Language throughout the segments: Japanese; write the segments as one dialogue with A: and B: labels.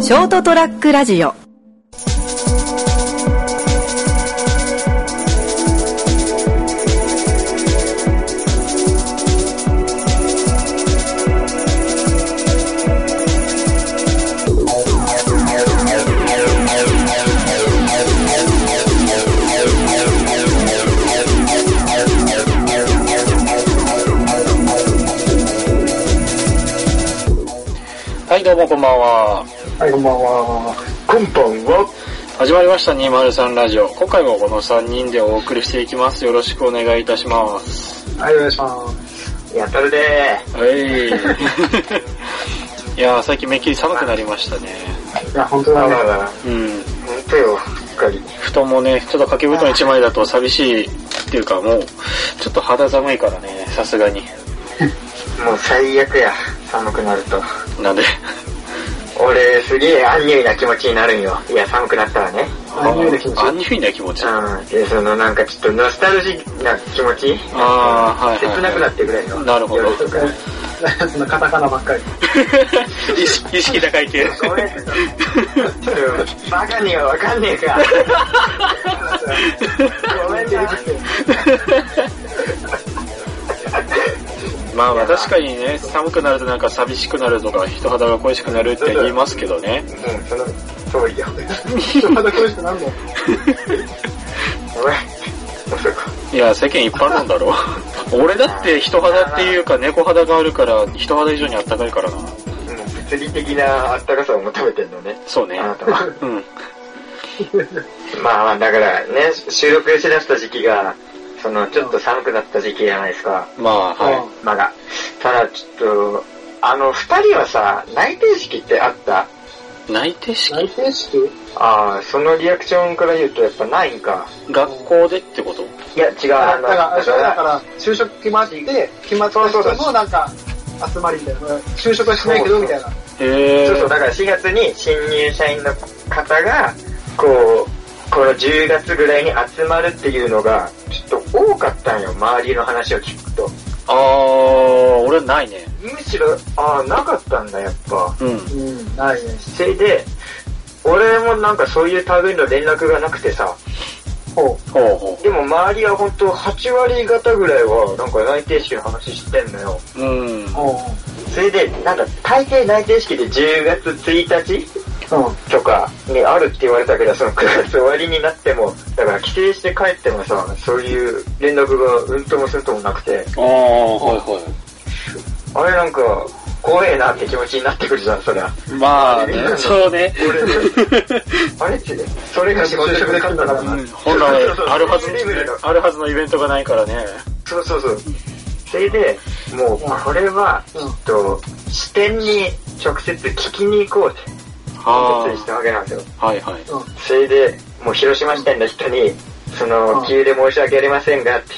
A: ショートトラックラジオ
B: はい、どうもこんばんは。
C: はい、こんばんは。こんばんは。
B: 始まりました203ラジオ。今回もこの3人でお送りしていきます。よろしくお願いいたします。
C: はい、お願いします。
D: やったるで
B: はい。いやー、最近めっきり寒くなりましたね。
C: いや、本当だね。
B: うん。
D: 本当よ、すっかり。
B: 布団もね、ちょっと掛け布団1枚だと寂しいっていうかもう、ちょっと肌寒いからね、さすがに。
D: もう最悪や、寒くなると。
B: なんで。
D: 俺、すげえアンニュイな気持ちになるんよ。いや、寒くなったらね。
C: アンニュイな気持ち
B: あアンニュイな気持ち。あ
D: うん。で、そのなんかちょっとノスタルジーな気持ち
B: あー、はい、はいはい。
D: 切なくなってくれよ。
B: なるほ ど
D: 夜とか
C: そのカタカナばっかり。
B: 意識意識高い系。
D: ごめん、ちょっとバカにはわかんねえ か。 ごめんな。
B: まあまあ確かにね、寒くなるとなんか寂しくなるとか、人肌が恋しくなるって言いますけどね。
D: うん、その、そういよ。
C: 人肌恋しくなんの
D: ごめん。遅く。
B: いや、世間一般論だろ。 俺だって人肌っていうか猫肌があるから、人肌以上にあったかいからな。
D: もう物理的なあったかさを求めてんのね。
B: そう
D: あ
B: ね。
D: なたは。
B: うん。
D: まあだからね、収録しだした時期が、そのちょっと寒くなった時期じゃないですか、
B: まあ、は
D: まだ。ただちょっと、あの、二人はさ、内定式ってあった
B: い。内定式
C: 内定式
D: ああ、そのリアクションから言うとやっぱないんか。
B: 学校でってこと
D: いや、違う、
C: だ
D: あ
C: から、
D: の、
C: だから、
D: だ
C: だか
D: から
C: 就職決まって、決まった人のなんか、集まりみたいな。就職はしないけど、みたい
B: へ
C: な。
D: ら、
B: え。
D: そうそう、だから4月に新入社員の方が、こう、この10月ぐらいに集まるっていうのが、ちょっと多かったんよ、周りの話を聞くと。
B: あー、俺ないね。
D: むしろ、ああ、なかったんだ、やっぱ。
B: うん。
C: うん、ないね。
D: それで、俺もなんかそういう類の連絡がなくてさ、
C: ほ
B: ほうほ
D: でも周りは本当8割方ぐらいはなんか内定式の話してんのよ。
B: う。うん
C: う。。ほ
D: それで、なんか大抵内定式で10月1日
C: う。うん。
D: とかにあるって言われたけど、その9月 終わりになっても、だから帰省して帰ってもさ、そういう連絡がうんともするともなくて、
B: あー、は
D: あれなんか怖えなって気持ちになってくるじゃん、そりゃ。
B: いはい。まあね、そうね。
D: 俺ね、 あれって、それが仕事じゃなかったからな。
B: 本来
D: そうそうそう
B: あるはず
D: レベルの、
B: あるはずのイベントがないからね。
D: そうそうそう。それで、もうこれは、ちょっと、視点に直接聞きに行こうって、
B: は
D: 決意したわけなんですよ。
B: あ。はいはい。
D: それで、もう広島支店の人に、そ
C: うん
D: の、急で申し訳ありませんがって、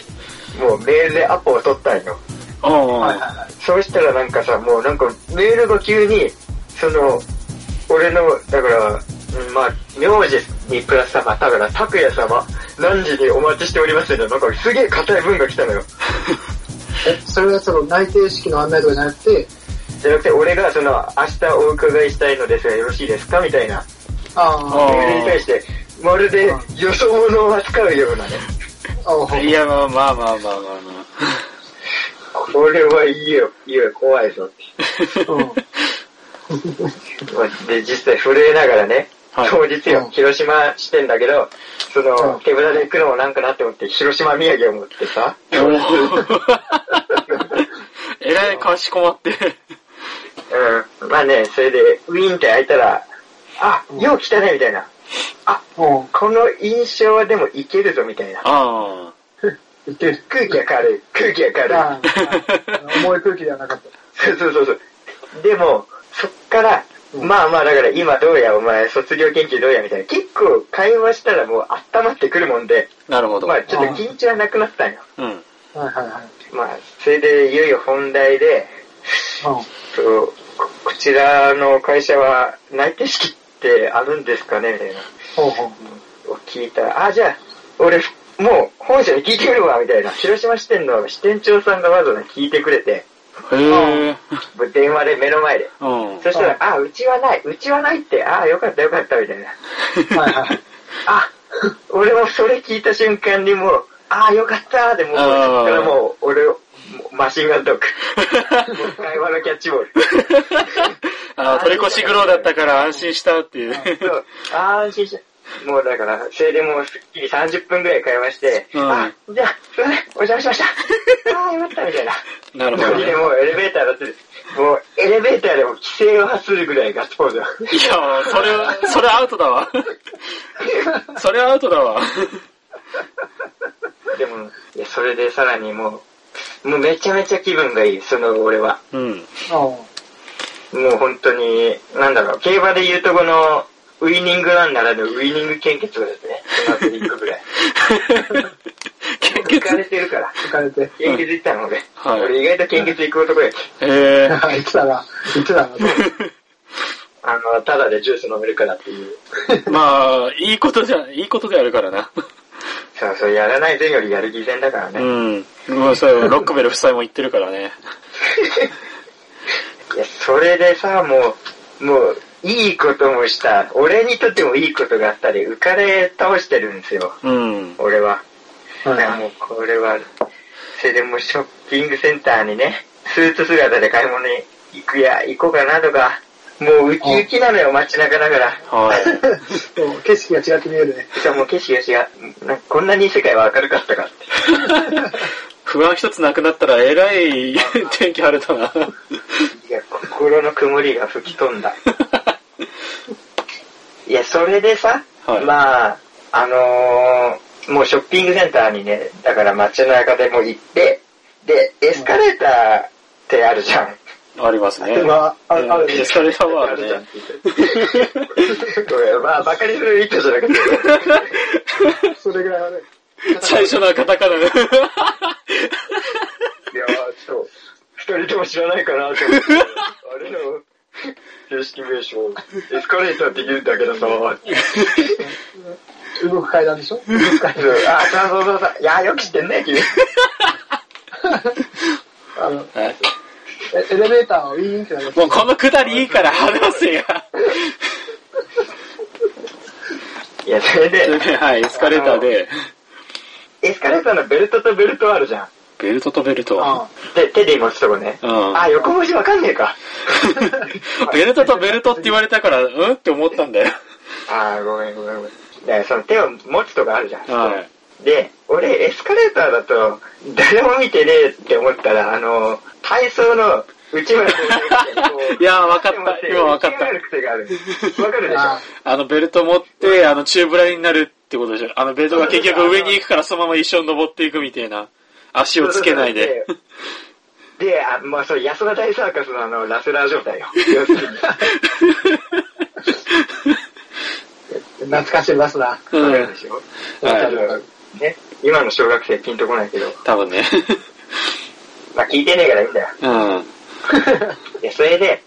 D: もうメールでアポを取ったんよ。
B: うんうん。
C: はいはいはい。
D: そうしたらなんかさ、もうなんかメールが急に、その、俺の、だから、うんまあ、名字にプラス様、だから、拓也様、何時にお待ちしておりますので、なんかすげえ硬い文が来たのよ。
C: え、それはその内定式の案内とかじゃなくて、
D: じゃなくて、俺がその、明日お伺いしたいのですがよろしいですかみたいな。
C: あ
B: あ
C: あ、
D: メールに対して、まるで予想物を扱うようなね。
C: ああ、
B: いや、まあまあまあまあまあまあ。
D: これはいいよ、いいよ、怖いぞって。
C: うん。
D: で、実際震えながらね、
B: はい
D: 当日
C: うん
D: よ、広島してんだけど、その、
C: うん
D: 手ぶらで行くのもなんかなって思って、広島土産を持ってさ、
B: えらいかしこまって。
D: うん、まあね、それで、ウィーンって開いたら、あ、よう来たね、みたいな。
C: も
D: この印象はでもいけるぞ、みたいな。
B: あ
C: う、いける。
D: 空気が変わる、空気が変わる。
C: ああ重い空気ではなかった。
D: そうそうそうそう。でも、そっから、
C: うん
D: まあまあだから今どうやお前卒業研究どうやみたいな結構会話したらもう温まってくるもんで
B: あ。 なるほど。
D: まあちょっと緊張はなくなったんよ
B: うん。
C: はいはいはい。
D: まあそれでいよいよ本題で
C: う
D: そうここちらの会社は内定式ってあるんですかねみたいな
C: ほうほ
D: を聞いたらあじゃあ俺もう本社に聞いてくるわみたいな広島支店の支店長さんがわざわざ聞いてくれて
B: へえ。
D: 電話で目の前で。
B: うん。
D: そしたら、あ、うちはない、うちはないって、あ、よかったよかったみたいな。
C: はいはい。
D: あ、俺もそれ聞いた瞬間にもう、あーよかったーでもう、そっ
B: あー
D: からもう、俺を、もうマシンガンドッグ。もう会話のキャッチボール。
B: あー、取り越し苦労だったから安心したっていう。
D: そうあー安心した。もうだから、それでもうすっきり30分ぐらい会話して、
B: うん
D: あ、じゃあ、すいません、お邪魔しました。あーよかった、みたいな。
B: なるほど
D: ノリ
B: ね。い
D: でもうエレベーターだって、もうエレベーターでも規制を発するぐらいガッツポーズ。
B: や、それは、それはアウトだ わ。それはアウトだわ。
D: でも、いやそれでさらにもう、もうめちゃめちゃ気分がいい、その俺は。
B: うん。
D: もう本当に、なんだろう、競馬で言うとこの、ウイニングランならぬウイニング献血がですね、その後に行く ぐらい。
B: 献
D: 疲
B: 血
D: れてるから、
C: 疲れて。
D: 献血行ったの俺。
B: はい
D: 俺意外と献血行く男で、
B: えー。
C: 言ってたな。言ってたな。
D: あの、ただでジュース飲めるからっ ていう。
B: まあ、いいことじゃ、いいことであるからな。
D: そうそう、やらない前よりやる偽善だから
B: う
D: ね。
B: ん。もうそう、ロックベル夫妻も言ってるからね。
D: いや、それでさ、もう、もう、いいこともした。俺にとってもいいことがあったり、浮かれ倒してるんですよ、
B: うん。
D: 俺は。
C: はい
D: やもうこれは、それでもうショッピングセンターにね、スーツ姿で買い物に行くや、行こうかなとか、もうウキウキなのよ、街中だから。
B: はい。
C: そう景色が違って見えるね。
D: しかもう景色が違う。なんかこんなに世界は明るかったかって。
B: 不安一つなくなったら、えらい天気晴れたな。
D: いや、心の曇りが吹き飛んだ。いや、それでさ、
B: はい
D: まあ、あのーもうショッピングセンターにね、だから街中でも行って、で、エスカレーターってあるじゃん。
B: ありますね。
C: まああるある
B: エスカレーターはあ
D: ある
B: る
D: じゃんっ
B: ね。
D: て言って。ごめん、まあ、バカにする意図じゃな くて。
C: それぐらいはね。
B: 最初のカタカナ。
D: いやー、ちょっと、二人とも知らないかなって思って。あ れの、正式名称、エスカレーターって言うんだけどさ、
C: 動く階段でしょ動く階段。
D: あ、そうそうそう、いやー、よく知ってんね、君。
C: あの、エエレベーターをウィーンってなる。
B: もうこのくだりいいから話せや。
D: いや、それ
B: それ
D: で、
B: ではい、エスカレーターで、
D: エスカレーターのベルトとベルトあるじゃん。
B: ベルトとベルト。
C: あ
D: で、手で持つとこね。
B: うん
D: あ、横文字わかんね えか。
B: ベルトとベルトって言われたから、うんって思ったんだよ。
D: あー、ごめんごめんごめん。だからその手を持つとこあるじゃん。
B: はい。
D: で、俺エスカレーターだと誰も見てねえって思ったら、あの、体操の内村君がこ う
B: いやーわかった今わかった
D: 内村の癖 がある。わかるでし
C: あ
B: あの、ベルト持って、あの、チューブライになるってことでしょ。あの、ベルトが結局上に行くから、そのまま一緒に登っていくみたいな。足をつけないで。
D: ょで、あまあそう、安田大サーカスのあの、ラスラー状 態よ。要するに。
C: 懐かしいバスだ。
B: う
D: わかる
B: ん
D: で。しょ、
B: は
D: ね、今の小学生ピンとこないけど、
B: 多分ね。
D: まあ聞いてねえからいいんだ よ。
B: うん。
D: で、それで、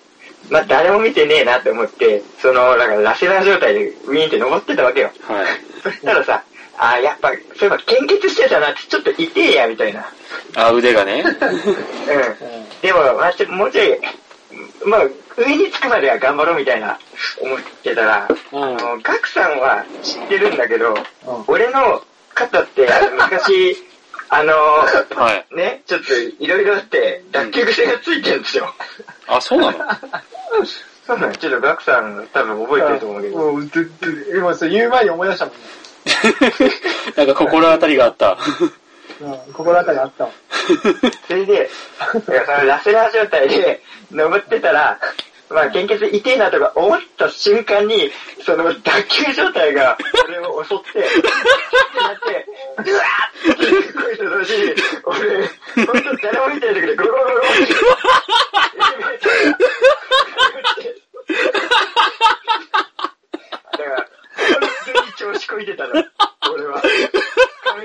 D: まあ誰も見てねえなって思って、その、だからラスラー状態でウィーンって登ってたわけよ。
B: はい。
D: そしたらさ、あーやっぱ、そういえば献血してたなって、ちょっと痛えや、みたいな。
B: あ、腕がね。
D: うん。でも、まあ、ちょもうちょい、まあ、上につくまでは頑張ろうみたいな、思ってたら、
B: うん
D: あの、ガクさんは知ってるんだけど、
C: ん
D: 俺の肩って、あの昔、 あの、
B: はい。
D: ね、ちょっといろいろあって、脱臼癖がついてるんですよ。
B: あ、そう なの
D: そうなの、ちょっとガクさん多分覚えてると思うけど。
C: もう、ずず今それ言う前に思い出したもんね。
B: なんか心当たりがあ った。
C: うん、心当たりあったわ。
D: それで、だからそのラスラー状態で登ってたら、まあ、献血痛いなとか思った瞬間に、その脱臼状態が俺を襲って、ってなって、うわーって声と同時に、俺、本当誰も見てない時でゴロゴロゴロゴロって。だから、本当に調子こいてたの、俺は。神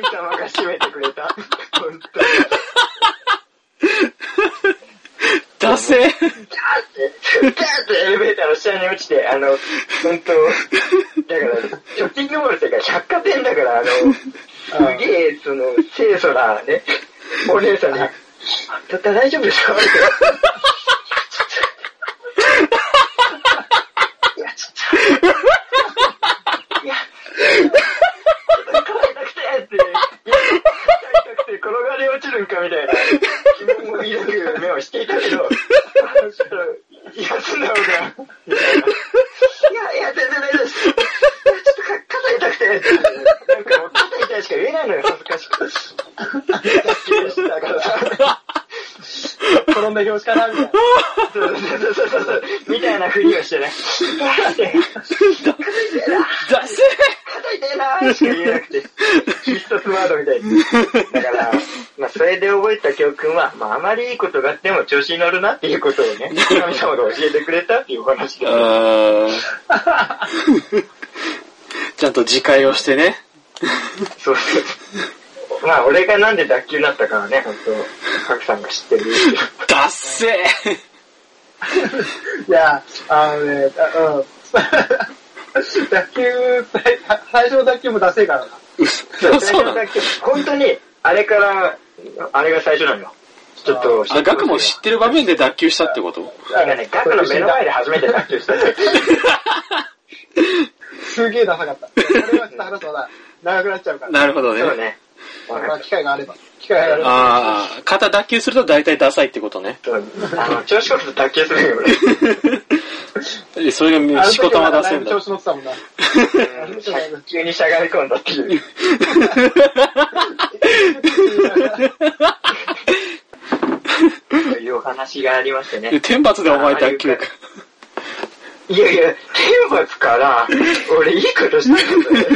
D: 様が締めてくれた。本当に。
B: ダセー
D: ガーって、ガーってエレベーターの下に落ちて、あの、本当だから、ショッピングモールっていうか百貨店だから、あの、すげえ、その、清楚なね、お姉さんに、あんた大丈夫ですかいや、ちょっと。いや、ちょっと痛くてって、いや、痛くて転がり落ちるんかみたいな、疑問を抱く目をしていたけど、あのちょっと、いや、そんなことは、みたいな。いや、いや、全然大丈夫です。いや、ちょっとか肩痛くてって、なんかもう肩痛いしか言えないのよ、恥ずかしくて。脱臼してたから。
C: 転んだ表紙かなみたいな。
D: そうそうそうそうそう。みたいなふりをしてね。肩痛
B: 出
D: い
B: せ
D: 肩痛いなーしか言えなくて。必殺ワードみたいに。だから、まあ、それで覚えた教訓は、まあ、あまりいいことがあっても調子に乗るなっていうことをね、神様が教えてくれたっていうお話で。
B: あー ちゃんと自戒をしてね。
D: そうそう。まあ、俺がなんで脱臼になったかはね、本当カクさんが知ってる。
B: だっせー
C: いや、あのね、あうん。 卓球、最最初の卓球も出せえからな。
D: そう
B: そうなの
D: 本当に、あれから、あれが最初なのよ。ちょっと、
B: あ、ガクも知ってる場面で脱臼したってこと
D: なんかね、ガクの目の前で初めて卓球した。
C: すげえダサかった。これはちょっと話すのな、長くなっちゃうから。
B: なるほどね。
D: そうね。
C: まあ、機会があれば。機会があれば。
B: ああ、肩脱臼すると大体ダサいってことね。
D: あの、調子こそ卓球するよ、俺。
B: でそれ
C: あ
B: が、
C: の
B: しこ
C: 時
B: たま
C: は
B: 出
C: だ
B: せん
C: いぶ
B: だ
C: 調。子乗ってたもんな。
D: 急にしゃがみ込んだっていう。というお話がありましてね。
B: 天罰でお前脱臼か。
D: いやいや、天罰から、俺いいことしたんだよ。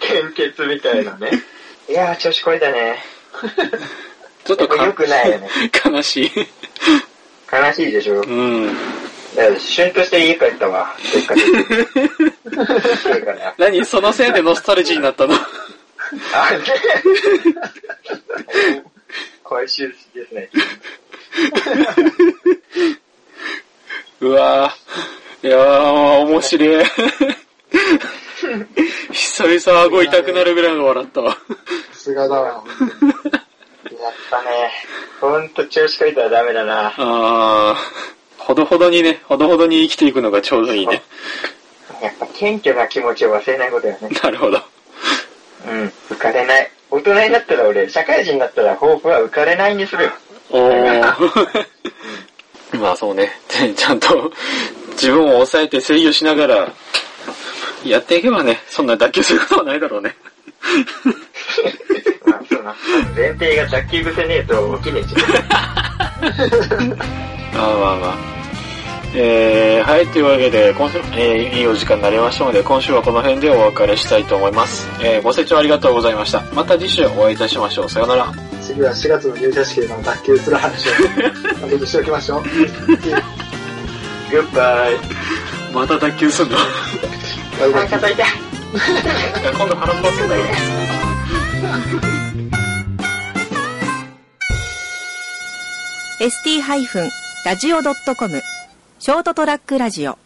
D: 献血みたいなね。いやー、調子こいたね。
B: ちょっと
D: よくないよね。
B: 悲しい。
D: 悲しいでしょ。だ
B: うん。
D: から、旬として家帰ったわ。結 果的に。そうかな。
B: 何そのせいでノスタルジーになったの
D: あ、 ね。今週ですね。
B: うわぁ。いやー、面 白い。久々顎痛くなるぐらいの笑ったわ。
C: さすがだわ。
D: やったね。ほんと調子こいたらダメだな。
B: あー、ほどほどにね、ほどほどに生きていくのがちょうどいいね。
D: やっぱ謙虚な気持ちを忘れないことだよね。
B: なるほど。
D: うん。浮かれない。大人になったら俺、社会人になったら抱負は浮かれないにするよ。
B: おー。 まあそうね、 ちゃんと自分を抑えて制御しながらやっていけばね、そんな脱臼することはないだろうね。
D: まあ、その、前提が脱臼癖ねえと起きねえし。
B: ああまあまあ。えー、はい、というわけで、今週、えー、いいお時間になりましたので、今週はこの辺でお別れしたいと思います。えー、ご清聴ありがとうございました。また次週お会いいたしましょう。さようなら。
C: 次は4月の入社式での卓球する話 を、お届けしておきましょう。
D: グッバイ。
B: また脱臼す んの
C: バイバイ
D: 叩いた。
B: 今度腹パすんだよ。
A: ST-radio.com ショートトラックラジオ